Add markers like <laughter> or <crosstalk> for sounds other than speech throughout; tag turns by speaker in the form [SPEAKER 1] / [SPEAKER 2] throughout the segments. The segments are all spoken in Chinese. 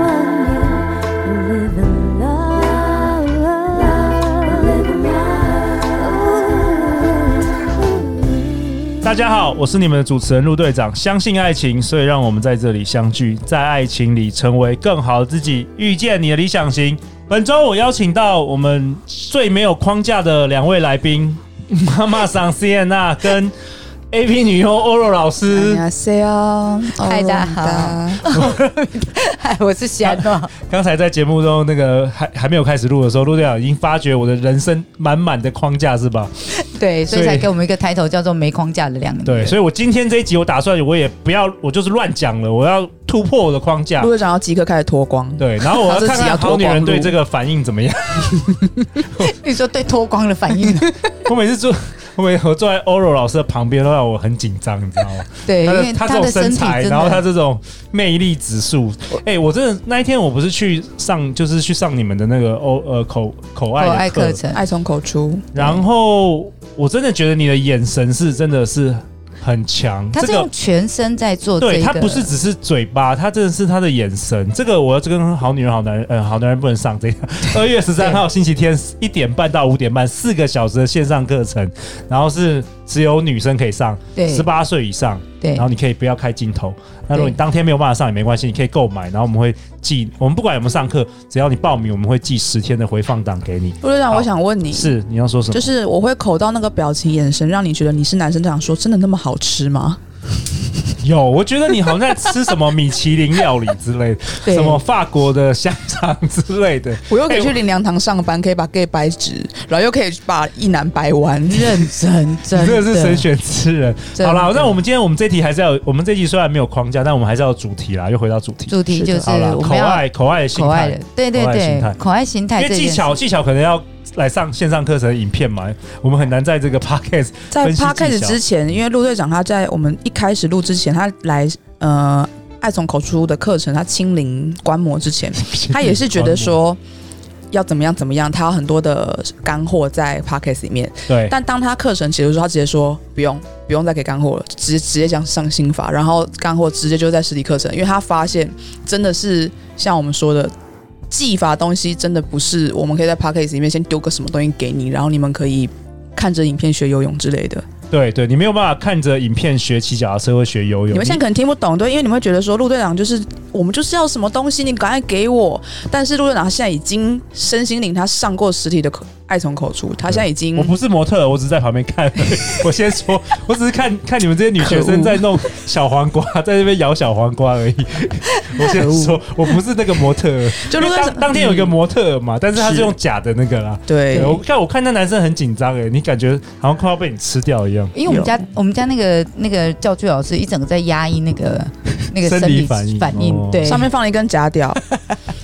[SPEAKER 1] love you, live in love, live in love.
[SPEAKER 2] 大家好，我是你们的主持人陆队长。相信爱情，所以让我们在这里相聚，在爱情里成为更好的自己，遇见你的理想型。本周我邀请到我们最没有框架的两位来宾，妈妈桑斯燕娜跟 A P 女优欧若老师。
[SPEAKER 3] 안녕하세요，
[SPEAKER 4] 嗨大家好 <laughs> 嗨，我是喜安诺，
[SPEAKER 2] 刚才在节目中，那个还还没有开始录的时候，陆队长已经发觉我的人生满满的框架，是吧？
[SPEAKER 4] <laughs> 对，所以
[SPEAKER 2] 所以
[SPEAKER 4] 才给我们一个抬头叫做“没框架的两个女
[SPEAKER 2] 对，
[SPEAKER 4] 人
[SPEAKER 2] 所以我今天这一集我打算我也不要，我就是乱讲了，我要突破我的框架
[SPEAKER 3] 陆。队长要即刻开始脱光，
[SPEAKER 2] 对，然后我要
[SPEAKER 3] 他自己
[SPEAKER 2] 看看
[SPEAKER 3] 要脱
[SPEAKER 2] 好女
[SPEAKER 3] 光
[SPEAKER 2] 人
[SPEAKER 3] 路
[SPEAKER 2] 对这个反应怎么样。
[SPEAKER 4] <laughs> 你说对脱光的反应，啊
[SPEAKER 2] 我每次坐，我每我坐在欧若老师的旁边，都让我很紧张，你知道吗？
[SPEAKER 4] <laughs> 哎对，因
[SPEAKER 2] 他
[SPEAKER 4] 为
[SPEAKER 2] 的他这
[SPEAKER 4] 她
[SPEAKER 2] 种
[SPEAKER 4] 的身
[SPEAKER 2] 身
[SPEAKER 4] 体
[SPEAKER 2] 材，
[SPEAKER 4] 真
[SPEAKER 2] 然后他
[SPEAKER 4] 的，
[SPEAKER 2] 这种魅力指数，哎、我真的那一天我不是去上，就是去上你们的那个欧呃口口
[SPEAKER 4] 我
[SPEAKER 2] 爱
[SPEAKER 4] 爱
[SPEAKER 2] 的课
[SPEAKER 4] 课，程，
[SPEAKER 3] 爱从口出，
[SPEAKER 2] 然后我真的觉得你的眼神是真的是很强，
[SPEAKER 4] 他是用全身在做这
[SPEAKER 2] 对
[SPEAKER 4] 个，
[SPEAKER 2] 他不是只是嘴巴，他真的是他的眼神。这个我要跟好女人、好男人，呃，好男人不能上这
[SPEAKER 4] <laughs>
[SPEAKER 2] 个。二月十三号星期天一点半到五点半，四个小时的线上课程，然后是只有女生可以上，
[SPEAKER 4] 对
[SPEAKER 2] 十八岁以上，
[SPEAKER 4] 对
[SPEAKER 2] 然后你可以不要开镜头。那如果
[SPEAKER 4] 对
[SPEAKER 2] 你当天没有办法上也没关系，你可以购买，然后我们会寄，我们不管有没有上课，只要你报名，我们会寄十天的回放档给你。
[SPEAKER 3] 陆队长，
[SPEAKER 2] 好
[SPEAKER 3] 我想问你，
[SPEAKER 2] 是你要说什么？
[SPEAKER 3] 就是我会口到那个表情、眼神，让你觉得你是男生，这样说真的那么好吃吗？
[SPEAKER 2] 有，我觉得你好像在吃什么米其林料理之类的，
[SPEAKER 4] <laughs> 对
[SPEAKER 2] 什么法国的香肠之类的。
[SPEAKER 3] 我又可以去林良堂上班，可以把 gay 掰直，然后又可以把一男
[SPEAKER 2] <laughs>
[SPEAKER 3] 掰弯。
[SPEAKER 4] <laughs> 认真，真
[SPEAKER 2] 你真
[SPEAKER 4] 的
[SPEAKER 2] 的是神选之人。
[SPEAKER 4] 真
[SPEAKER 2] 好
[SPEAKER 4] 的
[SPEAKER 2] 啦，那我们今天我们这题还是要，我们这题虽然没有框架，但我们还是要有主题啦，又回到主题。
[SPEAKER 4] 主题就是
[SPEAKER 2] 好啦，
[SPEAKER 4] 我
[SPEAKER 2] 口
[SPEAKER 4] 们要
[SPEAKER 2] 爱口爱的心
[SPEAKER 4] 口爱
[SPEAKER 2] 态
[SPEAKER 4] 的，，对对
[SPEAKER 2] 口爱心态
[SPEAKER 4] 对，口爱心态
[SPEAKER 2] 因为
[SPEAKER 4] 这
[SPEAKER 2] 技
[SPEAKER 4] 件事，
[SPEAKER 2] 巧技巧可能要来上线上课程的影片嘛，我们很难在这个 podcast
[SPEAKER 3] 在
[SPEAKER 2] 分析技
[SPEAKER 3] p
[SPEAKER 2] 巧
[SPEAKER 3] o d c a s 之前，因为陆队长他在我们一开始录之前，他来呃爱从口出的课程，他亲临观摩之前，他也是觉得说。要怎么样怎么样，他有很多的干货在 podcast 里面。
[SPEAKER 2] <laughs> 对。
[SPEAKER 3] 但当他课程结束之后，他直接说不用，不用再给干货了，直接直接讲上心法，然后干货直接就在实体课程，因为他发现真的是像我们说的。技法东西真的不是我们可以在 p a c k a g e 里面先丢个什么东西给你，然后你们可以看着影片学游泳之类的。
[SPEAKER 2] 对对，你没有办法看着影片学骑脚踏车或学游泳。
[SPEAKER 3] 你们现在可能听不懂，对，因为你们会觉得说陆队长就是我们就是要什么东西，你赶快给我。但是陆队长他现在已经身心灵他上过实体的口爱从口出，他现在已经
[SPEAKER 2] 我不是模特，我只是在旁边看而已。 <laughs> 我先说，我只是看看你们这些女学生在弄小黄瓜，在那边咬小黄瓜而已。 <laughs> 我先说，我不是那个模特儿，
[SPEAKER 3] 就
[SPEAKER 2] 因
[SPEAKER 3] 陆
[SPEAKER 2] 为
[SPEAKER 3] 队
[SPEAKER 2] 当
[SPEAKER 3] 长
[SPEAKER 2] 当天有一个
[SPEAKER 3] 嗯
[SPEAKER 2] 模特儿嘛，但是他是
[SPEAKER 3] 是哎
[SPEAKER 2] 用假的那个啦。
[SPEAKER 3] 对
[SPEAKER 2] 对，我看我看那男生很紧张哎，你感觉好像快要被你吃掉一样。
[SPEAKER 4] 因为我们家我们家那个那个教具老师一整个在压抑那
[SPEAKER 2] <laughs>
[SPEAKER 4] 个那个
[SPEAKER 2] 生
[SPEAKER 4] 生
[SPEAKER 2] 理
[SPEAKER 4] 理
[SPEAKER 2] 反应
[SPEAKER 4] 反
[SPEAKER 2] 哦
[SPEAKER 4] 应，对，
[SPEAKER 3] 上面放了一根
[SPEAKER 2] <laughs>
[SPEAKER 3] 假屌。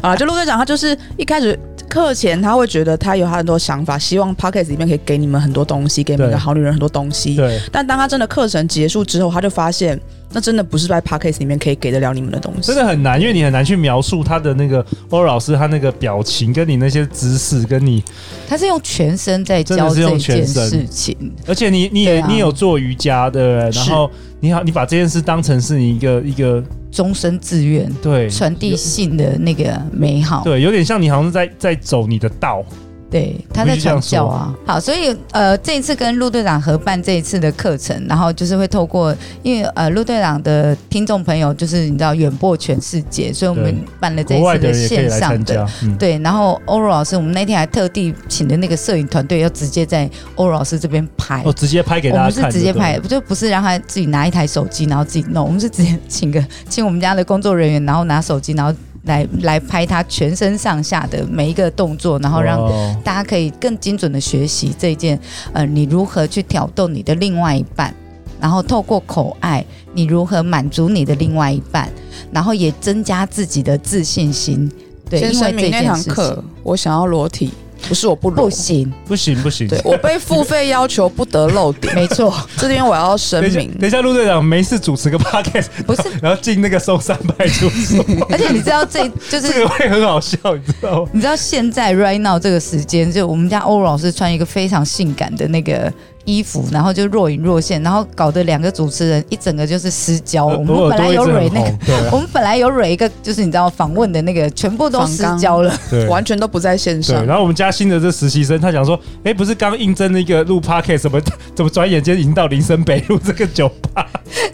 [SPEAKER 3] 啊，就陆队长他就是一开始课前他会觉得他有他很多想法，希望 p o c k e t 里面可以给你们很多东西，给每
[SPEAKER 2] 对
[SPEAKER 3] 个好女人很多东西。
[SPEAKER 2] 对，
[SPEAKER 3] 但当他真的课程结束之后，他就发现那真的不是在 p o c k e t 里面可以给得了你们的东西
[SPEAKER 2] 真。的很难，因为你很难去描述他的那个欧老师他那个表情，跟你那些姿势，跟你，
[SPEAKER 4] 他是用全身在
[SPEAKER 2] 真的
[SPEAKER 4] 教
[SPEAKER 2] 是用
[SPEAKER 4] 这
[SPEAKER 2] 全
[SPEAKER 4] 件
[SPEAKER 2] 身
[SPEAKER 4] 事情，
[SPEAKER 2] 而且你你也、
[SPEAKER 4] 对啊
[SPEAKER 2] 你有做瑜伽的，然后你好，你把这件事当成是你一个一个
[SPEAKER 4] 终身志愿。
[SPEAKER 2] 对
[SPEAKER 4] 传递
[SPEAKER 2] 有
[SPEAKER 4] 性的那个美好。
[SPEAKER 2] 对，有点像你好像在在走你的道，
[SPEAKER 4] 对，他在传教啊。好，所以呃，这一次跟陆队长合办这一次的课程，然后就是会透过，因为呃，陆队长的听众朋友就是你知道远播全世界，所以我们
[SPEAKER 2] 对
[SPEAKER 4] 办了这
[SPEAKER 2] 国
[SPEAKER 4] 一
[SPEAKER 2] 外
[SPEAKER 4] 次
[SPEAKER 2] 的
[SPEAKER 4] 的
[SPEAKER 2] 人也可以
[SPEAKER 4] 线
[SPEAKER 2] 来
[SPEAKER 4] 上
[SPEAKER 2] 参
[SPEAKER 4] 的。
[SPEAKER 2] 加。嗯，
[SPEAKER 4] 对，然后欧若老师，我们那天还特地请的那个摄影团队要直接在欧若老师这边拍，
[SPEAKER 2] 哦，直接拍给
[SPEAKER 4] 我
[SPEAKER 2] 大
[SPEAKER 4] 们
[SPEAKER 2] 家
[SPEAKER 4] 是
[SPEAKER 2] 看，
[SPEAKER 4] 直接拍，，不就不是让他自己拿一台手机，然后自己弄。我们是直接 <laughs> 请个请我们家的工作人员，然后拿手机，然后来来拍他全身上下的每一个动作，然后让
[SPEAKER 2] 哦
[SPEAKER 4] 大家可以更精准的学习这一件，呃，你如何去挑逗你的另外一半，然后透过口爱，你如何满足你的另外一半，然后也增加自己的自信心。对，
[SPEAKER 3] 先
[SPEAKER 4] 因为
[SPEAKER 3] 声
[SPEAKER 4] 这
[SPEAKER 3] 明那
[SPEAKER 4] 件
[SPEAKER 3] 堂
[SPEAKER 4] 事情，
[SPEAKER 3] 课我想要裸体，不是我不
[SPEAKER 4] 不
[SPEAKER 3] 容。
[SPEAKER 4] 行，
[SPEAKER 2] 不行不行。
[SPEAKER 3] 对我被付费要求不得漏
[SPEAKER 4] <laughs>
[SPEAKER 3] 点，
[SPEAKER 4] 没错，
[SPEAKER 3] 这边我要
[SPEAKER 2] 等
[SPEAKER 3] 声
[SPEAKER 2] 一下
[SPEAKER 3] 明，
[SPEAKER 2] 等一下，陆队长没事主持个 <laughs> podcast，
[SPEAKER 4] 不是。
[SPEAKER 2] 然后进那个松山派出
[SPEAKER 4] <laughs>
[SPEAKER 2] 所，
[SPEAKER 4] 而且你知道这就
[SPEAKER 2] 这
[SPEAKER 4] 是
[SPEAKER 2] 个会很好笑，你知道吗？
[SPEAKER 4] 你知道现在 right now 这个时间，就我们家欧老师穿一个非常性感的那个衣服，然后就若隐若现，然后搞得两个主持人一整个就是失焦。我们
[SPEAKER 2] 我
[SPEAKER 4] 本来有蕊那个，
[SPEAKER 2] 个，对啊
[SPEAKER 4] <laughs> 我们本来有蕊一个，就是你知道访问的那个，全部都
[SPEAKER 3] 访
[SPEAKER 4] 失
[SPEAKER 3] 纲
[SPEAKER 4] 焦了。
[SPEAKER 2] 对
[SPEAKER 3] 完全都不在线
[SPEAKER 2] 对，
[SPEAKER 3] 上。
[SPEAKER 2] 然后我们家新的这实习生，他讲说，哎，不是刚应征那个录 podcast，怎么怎么转眼间已经到林森北路这个酒吧？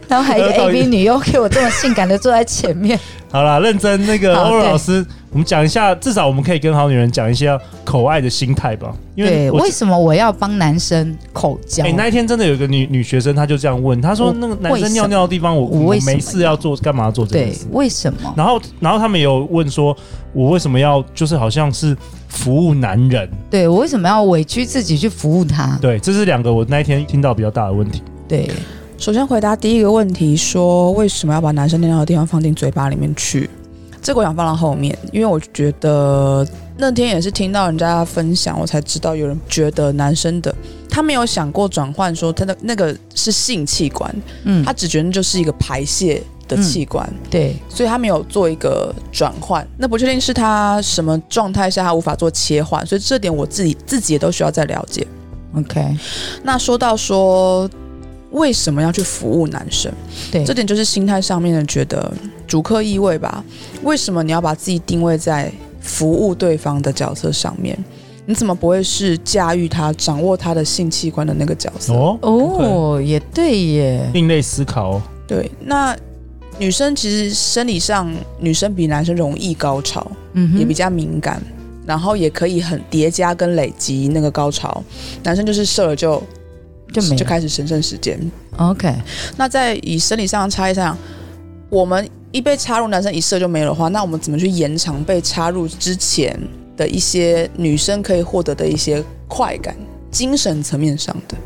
[SPEAKER 4] 然
[SPEAKER 2] <laughs>
[SPEAKER 4] 后还有一个 A V 女优给我这么性感的坐在前面，
[SPEAKER 2] 好啦，认真那个
[SPEAKER 4] 好
[SPEAKER 2] 欧
[SPEAKER 4] 对
[SPEAKER 2] 老师，我们讲一下，至少我们可以跟好女人讲一些口爱的心态吧， <laughs> 因为
[SPEAKER 4] 对，
[SPEAKER 2] 我
[SPEAKER 4] 为。什么我要帮男生口交？
[SPEAKER 2] 哎、那一天真的有一个女女学生，她就这样问，她说
[SPEAKER 4] 我：“
[SPEAKER 2] 那个男生尿尿的地方，我
[SPEAKER 4] 我
[SPEAKER 2] 我
[SPEAKER 4] 为什么
[SPEAKER 2] 没事要做，干嘛要做这件
[SPEAKER 4] 对
[SPEAKER 2] 事，
[SPEAKER 4] 为什么？”？
[SPEAKER 2] 然后，然后他们有问说：“我为什么要就是好像是服务男人
[SPEAKER 4] 对我为什么要委屈自己去服务他？”？
[SPEAKER 2] 对，这是两个我那一天听到比较大的问题。
[SPEAKER 4] 对，
[SPEAKER 3] 首先回答第一个问题说为什么要把男生尿尿的地方放进嘴巴里面去？这个我想放到后面，因为我觉得那天也是听到人家分享，我才知道有人觉得男生的他没有想过转换，说他的那个是性器官，
[SPEAKER 4] 嗯
[SPEAKER 3] 他，只觉得那就是一个排泄的器官，
[SPEAKER 4] 对，
[SPEAKER 3] 所以他没有做一个转换。那不确定是他什么状态下他无法做切换，所以这点我自己自己也都需要再了解。
[SPEAKER 4] 嗯 OK，
[SPEAKER 3] 那说到说为什么要去服务男生，
[SPEAKER 4] 对
[SPEAKER 3] 这点就是心态上面的觉得主客意味吧。为什么你要把自己定位在服务对方的角色上面？你怎么不会是驾驭他、掌握他的性器官的那个角色？
[SPEAKER 2] 哦
[SPEAKER 4] 哦，也对耶，
[SPEAKER 2] 另类思考、哦，
[SPEAKER 3] 对，那女生其实生理上，女生比男生容易高潮，
[SPEAKER 4] 嗯
[SPEAKER 3] 也比
[SPEAKER 4] 哼，
[SPEAKER 3] 较敏感，然后也可以很叠加跟累积那个高潮。男生就是射了就
[SPEAKER 4] 就没
[SPEAKER 3] 就
[SPEAKER 4] 了
[SPEAKER 3] 开始神圣时间，
[SPEAKER 4] OK，
[SPEAKER 3] 那在以生理上的差异上，我们一被插入男生一射就没有的话，那我们怎么去延长被插入之前的一些女生可以获得的一些快感？精神层面上的。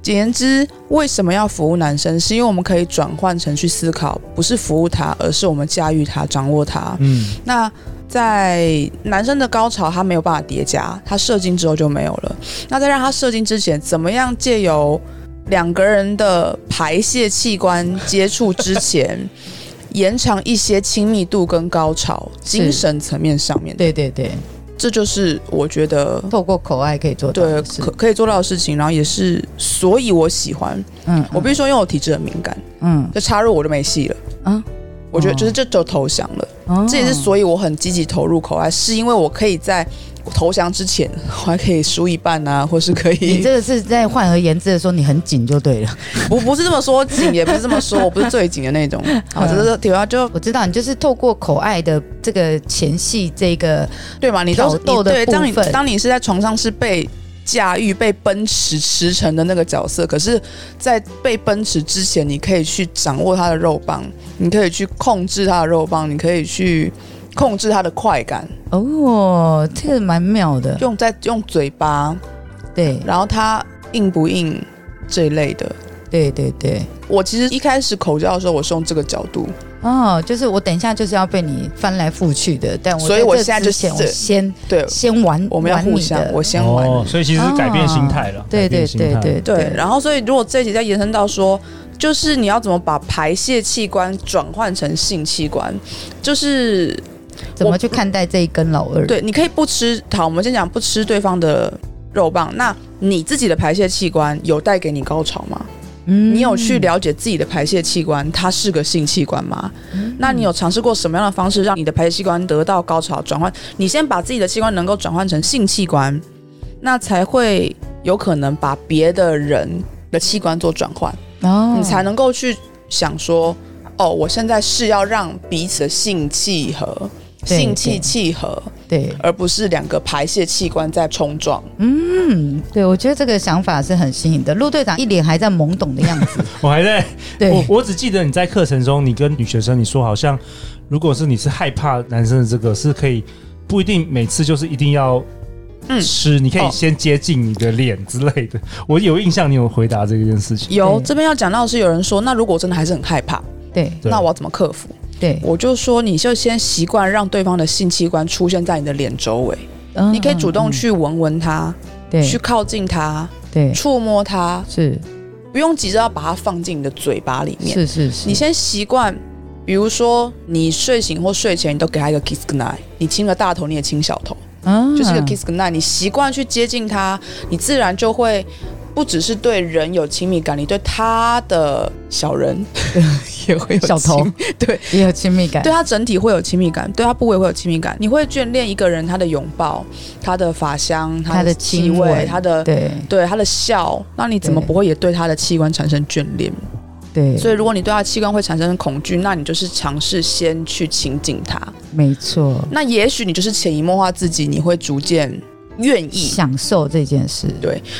[SPEAKER 3] 简言之，为什么要服务男生？是因为我们可以转换成去思考，不是服务他，而是我们驾驭他、掌握他。
[SPEAKER 2] 嗯，
[SPEAKER 3] 那在男生的高潮，他没有办法叠加，他射精之后就没有了。那在让他射精之前，怎么样借由两个人的排泄器官接触之
[SPEAKER 4] <laughs>
[SPEAKER 3] 前，延长一些亲密度跟高潮，
[SPEAKER 4] 是
[SPEAKER 3] 精神层面上面的，
[SPEAKER 4] 对对对，
[SPEAKER 3] 这就是我觉得
[SPEAKER 4] 透过口爱可以做到
[SPEAKER 3] 对
[SPEAKER 4] 的事，
[SPEAKER 3] 可可以做到的事情。然后也是，所以我喜欢。
[SPEAKER 4] 嗯，
[SPEAKER 3] 我必须说，因为我体质很敏感，
[SPEAKER 4] 嗯，
[SPEAKER 3] 就插入我就没戏了。
[SPEAKER 4] 嗯
[SPEAKER 3] 我觉得
[SPEAKER 4] 哦
[SPEAKER 3] 就是这就投降了。
[SPEAKER 4] 嗯
[SPEAKER 3] 这也是所以我很积极投入口爱，是因为我可以在投降之前，我还可以输一半啊，或是可
[SPEAKER 4] 你
[SPEAKER 3] 以 <laughs>
[SPEAKER 4] 这个是在换而言之的说你很紧就对了， <laughs>
[SPEAKER 3] 不不是这么说紧，也不是这么说，我不是最紧的那 <laughs> 种。好，这是主要就
[SPEAKER 4] 我知道你就是透过口爱的这个前戏这个
[SPEAKER 3] 对嘛，你都
[SPEAKER 4] 挑逗
[SPEAKER 3] 你
[SPEAKER 4] 的
[SPEAKER 3] 对，当你
[SPEAKER 4] 部分
[SPEAKER 3] 当你是在床上是被。驾驭被奔驰驰骋的那个角色，可是，在被奔驰之前，你可以去掌握他的肉棒，你可以去控制他的肉棒，你可以去控制他的快感，
[SPEAKER 4] 哦，这个蛮妙的，
[SPEAKER 3] 用在用嘴巴，
[SPEAKER 4] 对
[SPEAKER 3] 然后他硬不硬这一类的，
[SPEAKER 4] 对对对，
[SPEAKER 3] 我其实一开始口交的时候，我是用这个角度，
[SPEAKER 4] 哦，就是我等一下就是要被你翻来覆去的，但我
[SPEAKER 3] 所以
[SPEAKER 4] 在
[SPEAKER 3] 我
[SPEAKER 4] 这
[SPEAKER 3] 现在
[SPEAKER 4] 之
[SPEAKER 3] 就是
[SPEAKER 4] 前我先
[SPEAKER 3] 对，
[SPEAKER 4] 先玩，
[SPEAKER 3] 我们要
[SPEAKER 4] 玩
[SPEAKER 3] 互
[SPEAKER 4] 你
[SPEAKER 3] 相
[SPEAKER 4] 的，
[SPEAKER 3] 我先玩。
[SPEAKER 2] 哦，所以其实是改变心态了，改
[SPEAKER 4] 对对
[SPEAKER 2] 变心
[SPEAKER 4] 对
[SPEAKER 2] 态
[SPEAKER 4] 对
[SPEAKER 3] 对，然后所以如果这一集再延伸到说，就是你要怎么把排泄器官转换成性器官，就是
[SPEAKER 4] 怎么去看待这一根老二？
[SPEAKER 3] 对，你可以不吃，好，我们先讲不吃对方的肉棒，那你自己的排泄器官有带给你高潮吗？
[SPEAKER 4] 嗯
[SPEAKER 3] 你有去了解自己的排泄器官，它是个性器官吗？
[SPEAKER 4] 嗯
[SPEAKER 3] 那你有尝试过什么样的方式让你的排泄器官得到高潮转换？你先把自己的器官能够转换成性器官，那才会有可能把别的人的器官做转换，
[SPEAKER 4] 哦，
[SPEAKER 3] 你才能够去想说，哦，我现在是要让彼此的性契合。
[SPEAKER 4] 对
[SPEAKER 3] 性气
[SPEAKER 4] 对
[SPEAKER 3] 契合，
[SPEAKER 4] 对，
[SPEAKER 3] 而不是两个排泄器官在冲撞。
[SPEAKER 4] 嗯，对，我觉得这个想法是很新颖的。陆队长一脸还在懵懂的样
[SPEAKER 3] <laughs>
[SPEAKER 4] 子，
[SPEAKER 2] 我还在，我
[SPEAKER 4] 对，
[SPEAKER 2] 我只记得你在课程中，你跟女学生你说，好像如果是你是害怕男生的这个，是可以不一定每次就是一定要。
[SPEAKER 3] 嗯
[SPEAKER 2] 吃，你可以
[SPEAKER 3] 哦
[SPEAKER 2] 先接近你的脸之类的。我有印象，你有回答这件事情。
[SPEAKER 3] 有
[SPEAKER 4] 对
[SPEAKER 3] 这边要讲到的是，有人说，那如果我真的还是很害怕，
[SPEAKER 4] 对，
[SPEAKER 2] 对
[SPEAKER 3] 那我要怎么克服？
[SPEAKER 4] 对，
[SPEAKER 3] 我就说，你就先习惯让对方的性器官出现在你的脸周围，
[SPEAKER 4] 嗯
[SPEAKER 3] 你可以主动
[SPEAKER 4] 嗯
[SPEAKER 3] 去闻闻它，
[SPEAKER 4] 嗯对
[SPEAKER 3] 去靠近它，
[SPEAKER 4] 对
[SPEAKER 3] 触摸它，
[SPEAKER 4] 是
[SPEAKER 3] 不用急着要把它放进你的嘴巴里面。
[SPEAKER 4] 是是是，
[SPEAKER 3] 你先习惯，比如说你睡醒或睡前，你都给它一个 kiss goodnight，你亲了大头，你也亲小头，
[SPEAKER 4] 嗯
[SPEAKER 3] 就是
[SPEAKER 4] <laughs>
[SPEAKER 3] 一个 kiss goodnight。你习惯去接近它，你自然就会。不只是对人有亲密感，你对他的小
[SPEAKER 4] <laughs>
[SPEAKER 3] 人也会有
[SPEAKER 4] 小头
[SPEAKER 3] 亲
[SPEAKER 4] 也有亲密感，
[SPEAKER 3] <laughs> 对他整体会有亲密感，对他部位会有亲密感。你会眷恋一个人他的拥抱、他的发香、
[SPEAKER 4] 他的
[SPEAKER 3] 的气
[SPEAKER 4] 亲
[SPEAKER 3] 味、
[SPEAKER 4] 吻
[SPEAKER 3] 他的
[SPEAKER 4] 对
[SPEAKER 3] 对他的笑，那你怎么
[SPEAKER 4] 对
[SPEAKER 3] 不会也对他的器官产生眷恋？
[SPEAKER 4] 对，
[SPEAKER 3] 所以，如果你对他的器官会产生恐惧，那你就是尝试先去亲近他。
[SPEAKER 4] 没错，
[SPEAKER 3] 那也许你就是潜移默化自己，你会逐渐愿意
[SPEAKER 4] 享受这件事，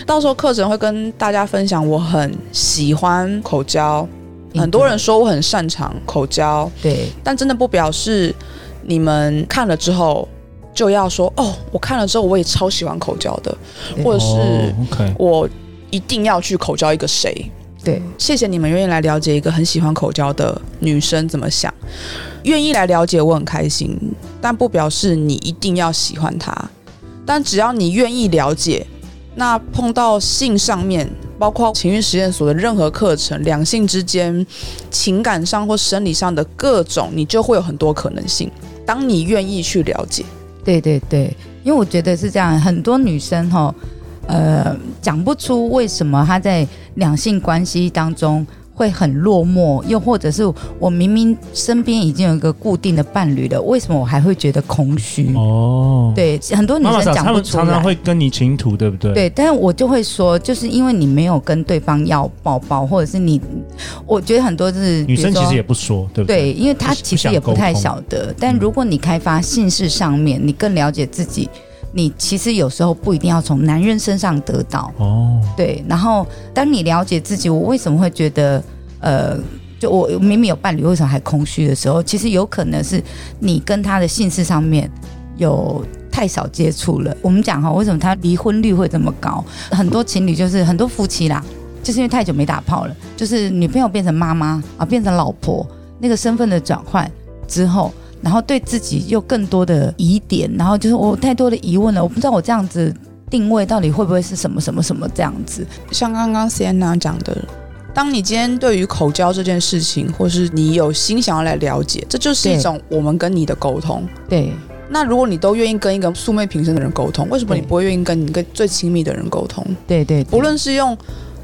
[SPEAKER 3] 到时候课程会跟大家分享，我很喜欢口交，很多人说我很擅长口交，
[SPEAKER 4] 对
[SPEAKER 3] 但真的不表示你们看了之后就要说哦，我看了之后我也超喜欢口交的，
[SPEAKER 4] 对
[SPEAKER 3] 或者
[SPEAKER 2] 哦
[SPEAKER 3] 是
[SPEAKER 2] OK，
[SPEAKER 3] 我一定要去口交一个谁。
[SPEAKER 4] 对
[SPEAKER 3] 谢谢你们愿意来了解一个很喜欢口交的女生怎么想，愿意来了解我很开心，但不表示你一定要喜欢她。但只要你愿意了解，那碰到性上面，包括情欲实验所的任何课程，两性之间情感上或生理上的各种，你就会有很多可能性。当你愿意去了解，
[SPEAKER 4] 对对对，因为我觉得是这样，很多女生哈，呃，讲不出为什么她在两性关系当中。会很落寞，又或者是我明明身边已经有一个固定的伴侣了，为什么我还会觉得空虚？
[SPEAKER 2] 哦，
[SPEAKER 4] 对，很多女
[SPEAKER 2] 妈妈
[SPEAKER 4] 生
[SPEAKER 2] 常
[SPEAKER 4] 讲
[SPEAKER 2] 他
[SPEAKER 4] 不
[SPEAKER 2] 们
[SPEAKER 4] 出
[SPEAKER 2] 常
[SPEAKER 4] 来
[SPEAKER 2] 常。会跟你请吐，对不对？，
[SPEAKER 4] 对，但是我就会说，就是因为你没有跟对方要抱抱，或者是你，我觉得很多是
[SPEAKER 2] 女生
[SPEAKER 4] 比如
[SPEAKER 2] 其
[SPEAKER 4] 说
[SPEAKER 2] 实也不说，对不对？
[SPEAKER 4] 对，因为他其实也不太晓得。
[SPEAKER 2] 嗯
[SPEAKER 4] 但如果你开发性事上面，你更了解自己，你其实有时候不一定要从男人身上得到。
[SPEAKER 2] 哦，
[SPEAKER 4] 对，然后当你了解自己，我为什么会觉得，呃，就我明明有伴侣，为什么还空虚的时候，其实有可能是你跟他的性事上面有太少接触了。我们讲哈，为什么他离婚率会这么高？很多情侣就是很多夫妻啦，就是因为太久没打炮了，就是女朋友变成妈妈啊，变成老婆，那个身份的转换之后。然后对自己又更多的疑点，然后就是我太多的疑问了，我不知道我这样子定位到底会不会是什么什么什么这样子。
[SPEAKER 3] 像刚刚 Sienna 讲的，当你今天对于口交这件事情，或是你有心想要来了解，这就是一
[SPEAKER 4] 对
[SPEAKER 3] 种我们跟你的沟通。
[SPEAKER 4] 对
[SPEAKER 3] 那如果你都愿意跟一个素昧平生的人沟通，为什么
[SPEAKER 4] 对
[SPEAKER 3] 你不会愿意跟你一个最亲密的人沟通？
[SPEAKER 4] 对对，
[SPEAKER 3] 不论是用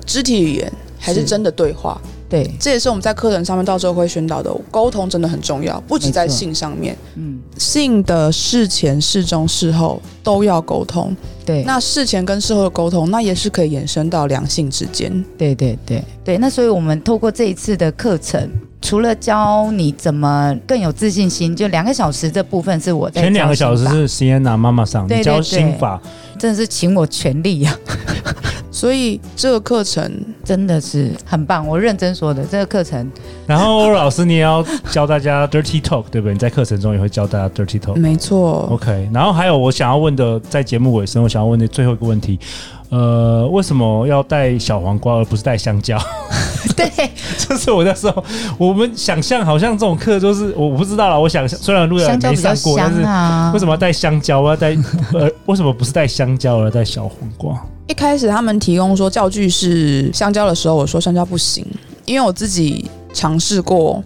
[SPEAKER 3] 肢体语言还是
[SPEAKER 4] 是
[SPEAKER 3] 真的对话，
[SPEAKER 4] 对，
[SPEAKER 3] 这也是我们在课程上面到时候会宣导的。沟通真的很重要，不止在
[SPEAKER 4] 没错
[SPEAKER 3] 性上面，
[SPEAKER 4] 嗯，
[SPEAKER 3] 性的事前、事中、事后都要沟通。
[SPEAKER 4] 对，
[SPEAKER 3] 那事前跟事后的沟通，那也是可以延伸到两性之间。
[SPEAKER 4] 对对对对，那所以我们透过这一次的课程，除了教你怎么更有自信心，就两个小时这部分是我在
[SPEAKER 2] 前两个
[SPEAKER 4] 教
[SPEAKER 2] 小
[SPEAKER 4] 心
[SPEAKER 2] 时
[SPEAKER 4] 法
[SPEAKER 2] 是 Sienna 妈妈上，
[SPEAKER 4] 对
[SPEAKER 2] 你
[SPEAKER 4] 对
[SPEAKER 2] 教
[SPEAKER 4] 对
[SPEAKER 2] 心法，
[SPEAKER 4] 真的是请我全力啊呀、
[SPEAKER 3] 所以这个课程
[SPEAKER 4] <laughs> 真的是很棒，我认真说的这个课程，
[SPEAKER 2] 然后欧老师你也要教大家 dirty talk，对不对？你在课程中也会教大家 dirty talk。
[SPEAKER 3] 没错，
[SPEAKER 2] OK，然后还有我想要问的，在节目尾声，我想要问的最后一个问题，呃，为什么要带小黄瓜而不是带香蕉？
[SPEAKER 4] <laughs>
[SPEAKER 2] <laughs>
[SPEAKER 4] 对
[SPEAKER 2] 就是我那时候，我们想象好像这种课就是我不知道了，我想象虽然陆
[SPEAKER 4] 香
[SPEAKER 2] 然
[SPEAKER 4] 蕉
[SPEAKER 2] 啊没
[SPEAKER 4] 比较
[SPEAKER 2] 上过，
[SPEAKER 4] 香
[SPEAKER 2] 但是
[SPEAKER 4] 啊，
[SPEAKER 2] 为什么要带香蕉？我要
[SPEAKER 4] <laughs>
[SPEAKER 2] 带呃，为什么不是带香蕉而要带小黄瓜？
[SPEAKER 3] 一开始他们提供说教具是香蕉的时候，我说香蕉不行，因为我自己尝试过，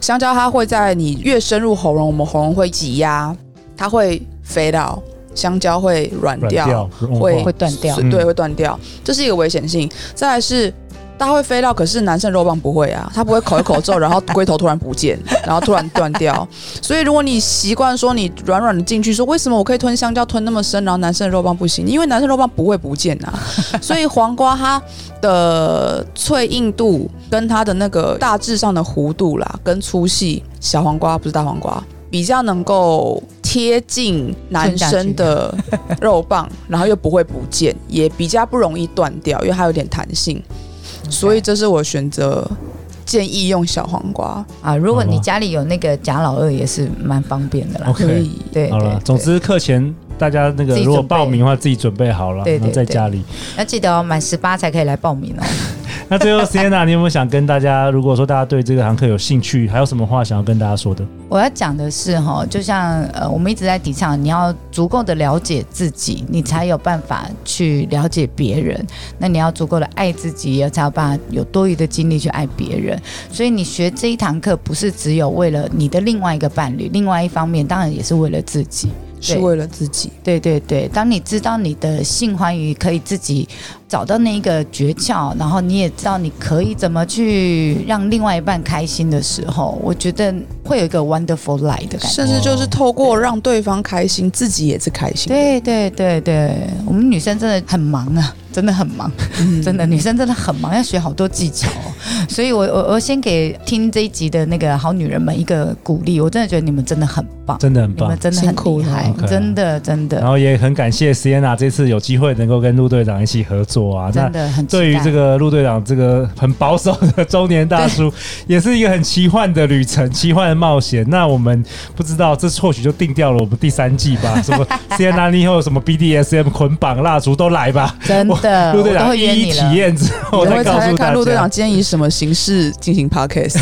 [SPEAKER 3] 香蕉它会在你越深入喉咙，我们喉咙会挤压，它会飞到，香蕉会软
[SPEAKER 2] 软
[SPEAKER 3] 掉，
[SPEAKER 2] 掉融化
[SPEAKER 3] 会
[SPEAKER 4] 会断掉
[SPEAKER 3] 是？
[SPEAKER 2] 嗯
[SPEAKER 3] 对，会断掉，这是一个危险性。再来是。它会飞到，可是男生肉棒不会啊，他不会口一口之后，然后龟头突然不见，然后突然断掉。所以如果你习惯说你软软的进去，说为什么我可以吞香蕉吞那么深，然后男生的肉棒不行？因为男生肉棒不会不见啊。 <laughs> 所以黄瓜它的脆硬度跟它的那个大致上的弧度啦，跟粗细，小黄瓜不是大黄瓜，比较能够贴近男生的肉
[SPEAKER 4] <laughs>
[SPEAKER 3] 棒，然后又不会不见，也比较不容易断掉，因为它有点弹性。所以这是我选择建议用小黄瓜，
[SPEAKER 4] 啊，如果
[SPEAKER 2] 好
[SPEAKER 4] 你
[SPEAKER 2] 吧
[SPEAKER 4] 家里有那个假老二，也是蛮方便的啦。
[SPEAKER 2] OK
[SPEAKER 3] 可以。
[SPEAKER 4] 对，
[SPEAKER 2] 好了
[SPEAKER 4] 对，
[SPEAKER 2] 总，之课前大家那
[SPEAKER 4] 自
[SPEAKER 2] 个
[SPEAKER 4] 己
[SPEAKER 2] 如果
[SPEAKER 4] 准备
[SPEAKER 2] 报名的话，自己准备好了，
[SPEAKER 4] 对对
[SPEAKER 2] 然后在
[SPEAKER 4] 对
[SPEAKER 2] 家里。
[SPEAKER 4] 对要记得哦，满十八才可以来报名哦。
[SPEAKER 2] 那最后 Sienna，你有没有想跟大家，如果说大家对这个堂课有兴趣，还有什么话想要跟大家说的？
[SPEAKER 4] 我要讲的是哈，就像呃，我们一直在提倡，你要足够的了解自己，你才有办法去了解别人。那你要足够的爱自己，也才有办法有多余的精力去爱别人。所以你学这一堂课，不是只有为了你的另外一个伴侣，另外一方面当然也是为了自己。
[SPEAKER 3] 是为了自己。
[SPEAKER 4] 对对对，当你知道你的性欢愉可以自己找到那一个诀窍，然后你也知道你可以怎么去让另外一半开心的时候，我觉得会有一个 wonderful life 的感觉。
[SPEAKER 3] 甚至就是透过让对方开心，自己也是开心。
[SPEAKER 4] 对对对对，我们女生真的很忙啊，真的很忙，
[SPEAKER 3] 嗯，
[SPEAKER 4] 真的女生真的很忙，要学好多技巧哦、所以我我我先给听这一集的那个好女人们一个鼓励，我真的觉得你们真的很棒，
[SPEAKER 2] 真的很
[SPEAKER 4] 你
[SPEAKER 2] 棒
[SPEAKER 4] 们。真的很
[SPEAKER 3] 辛苦
[SPEAKER 4] 厉
[SPEAKER 3] 了
[SPEAKER 4] 害，
[SPEAKER 2] OK
[SPEAKER 4] 真的真的
[SPEAKER 2] 然后也很感谢 Sienna 这次有机会能够跟陆队长一起合作啊。那
[SPEAKER 4] 真的很期待
[SPEAKER 2] 对于这个陆队长这个很保守的中年大叔，也是一个很奇幻的旅程、奇幻的冒险。那我们不知道，这或许就定掉了我们第三季吧。什么 C N R 以后什么 B D S M 捆绑蜡烛都来吧。
[SPEAKER 4] 真的，
[SPEAKER 2] 陆
[SPEAKER 4] 我
[SPEAKER 2] 队
[SPEAKER 4] 都
[SPEAKER 2] 长
[SPEAKER 4] 会约
[SPEAKER 2] 一一
[SPEAKER 4] 你
[SPEAKER 2] 体
[SPEAKER 4] 了。
[SPEAKER 2] 验之后
[SPEAKER 3] 我
[SPEAKER 2] 再
[SPEAKER 3] 会
[SPEAKER 2] 告
[SPEAKER 3] 猜
[SPEAKER 2] 诉
[SPEAKER 3] 猜
[SPEAKER 2] 大
[SPEAKER 3] 看陆队
[SPEAKER 2] 家
[SPEAKER 3] 长。今天以什么形式进行 <laughs> podcast，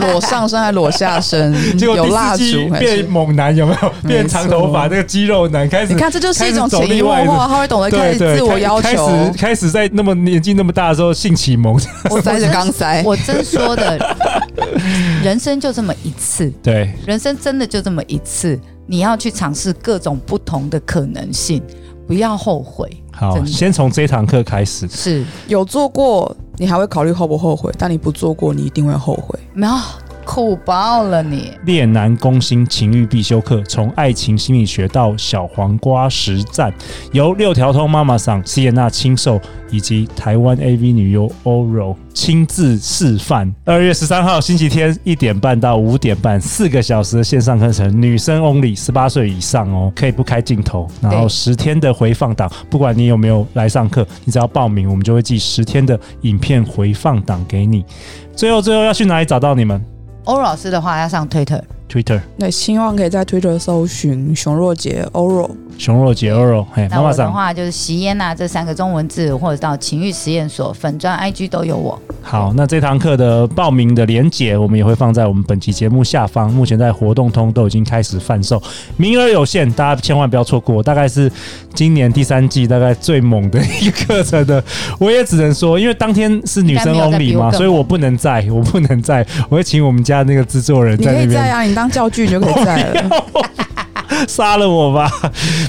[SPEAKER 3] 裸上身还裸下身，
[SPEAKER 2] 结果
[SPEAKER 3] 有
[SPEAKER 2] 第
[SPEAKER 3] 蜡
[SPEAKER 2] 四
[SPEAKER 3] 烛
[SPEAKER 2] 季
[SPEAKER 3] 还
[SPEAKER 2] 变
[SPEAKER 3] 是？
[SPEAKER 2] 猛男有没有？变长头发
[SPEAKER 3] 没错
[SPEAKER 2] 这个肌肉男开始
[SPEAKER 3] 你看，这就是一种
[SPEAKER 2] 开始走
[SPEAKER 3] 潜移
[SPEAKER 2] 另
[SPEAKER 3] 默
[SPEAKER 2] 外一
[SPEAKER 3] 化，他会懂得开
[SPEAKER 2] 对
[SPEAKER 3] 始
[SPEAKER 2] 对，
[SPEAKER 3] 自我要
[SPEAKER 2] 开
[SPEAKER 3] 求，
[SPEAKER 2] 开始开始在那么年纪那么大的时候性启蒙， <laughs>
[SPEAKER 4] 我
[SPEAKER 3] 塞着
[SPEAKER 4] 真
[SPEAKER 3] 钢塞。
[SPEAKER 4] 我真说的， <laughs> 人生就这么一次，
[SPEAKER 2] 对，
[SPEAKER 4] 人生真的就这么一次，你要去尝试各种不同的可能性，不要后悔。
[SPEAKER 2] 好，
[SPEAKER 4] 真的
[SPEAKER 2] 先从这堂课开始。
[SPEAKER 4] 是，
[SPEAKER 3] 有做过，你还会考虑后不后悔；但你不做过，你一定会后悔。
[SPEAKER 4] 没有苦爆了你。
[SPEAKER 2] 《恋男攻心情欲必修课》，从爱情心理学到小黄瓜实战，由六条通妈妈桑、西耶娜亲授以及台湾 AV 女优 Oro 亲自示范。二月十三号星期天一点半到五点半，四个小时的线上课程，女生 only，十八岁以上哦，可以不开镜头。然后
[SPEAKER 4] 对
[SPEAKER 2] 十天的回放档，不管你有没有来上课，你只要报名，我们就会寄十天的影片回放档给你。最后，最后要去哪里找到你们
[SPEAKER 4] 欧老师的话要上 Twitter，
[SPEAKER 2] ？Twitter。
[SPEAKER 3] 那希望可以在 Twitter 搜寻熊若杰 Oro，
[SPEAKER 2] 熊若杰 Oro，嘿，妈
[SPEAKER 4] 那
[SPEAKER 2] 妈
[SPEAKER 4] 我的
[SPEAKER 2] 桑，
[SPEAKER 4] 话就是席烟呐这三个中文字，或者到情欲实验所粉专 IG 都有我。
[SPEAKER 2] 好，那这堂课的报名的连结，我们也会放在我们本期节目下方。目前在活动通都已经开始贩售，名额有限，大家千万不要错过。大概是今年第三季大概最猛的一个课程的，我也只能说，因为当天是女生
[SPEAKER 4] 应该没有再
[SPEAKER 2] only
[SPEAKER 4] 比我
[SPEAKER 2] 嘛，
[SPEAKER 4] 更
[SPEAKER 2] 所以我不能在，我不能在，我会请我们家那个制作人
[SPEAKER 3] 你
[SPEAKER 2] 在
[SPEAKER 3] 可
[SPEAKER 2] 那
[SPEAKER 3] 以在
[SPEAKER 2] 边
[SPEAKER 3] 啊，你当教具你就可以在 <laughs> 了。
[SPEAKER 2] <laughs> 杀了我吧！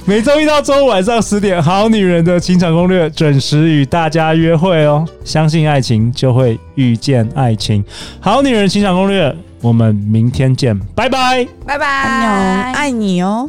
[SPEAKER 2] 每周一到周五晚上十点，《好女人的情场攻略》准时与大家约会哦。相信爱情，就会遇见爱情。《好女人情场攻略》，我们明天见，拜拜。
[SPEAKER 4] 拜拜，
[SPEAKER 3] 安妞，爱你哦。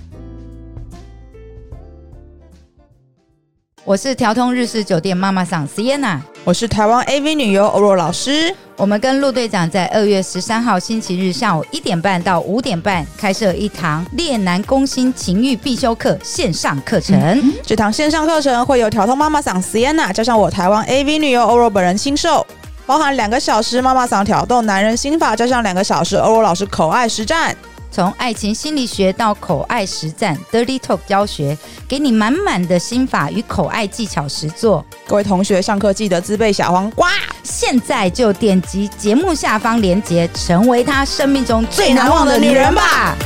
[SPEAKER 4] 我是调通日式酒店妈妈桑 Sienna，
[SPEAKER 3] 我是台湾 AV 女优欧若老师，
[SPEAKER 4] 我们跟陆队长在二月十三号星期日下午一点半到五点半开设一堂《恋男攻心情欲必修课》线上课程。
[SPEAKER 3] 这堂线上课程会由调通妈妈嗓 Sienna 加上我台湾 AV 女优欧若本人亲授，包含两个小时妈妈嗓挑动男人心法，加上两个小时欧若老师口爱实战。
[SPEAKER 4] 从爱情心理学到口爱实战 （Dirty Talk） 教学，给你满满的心法与口爱技巧实作。
[SPEAKER 3] 各位同学，上课记得自备小黄瓜。
[SPEAKER 4] 现在就点击节目下方链接，成为他生命中最难忘的女人吧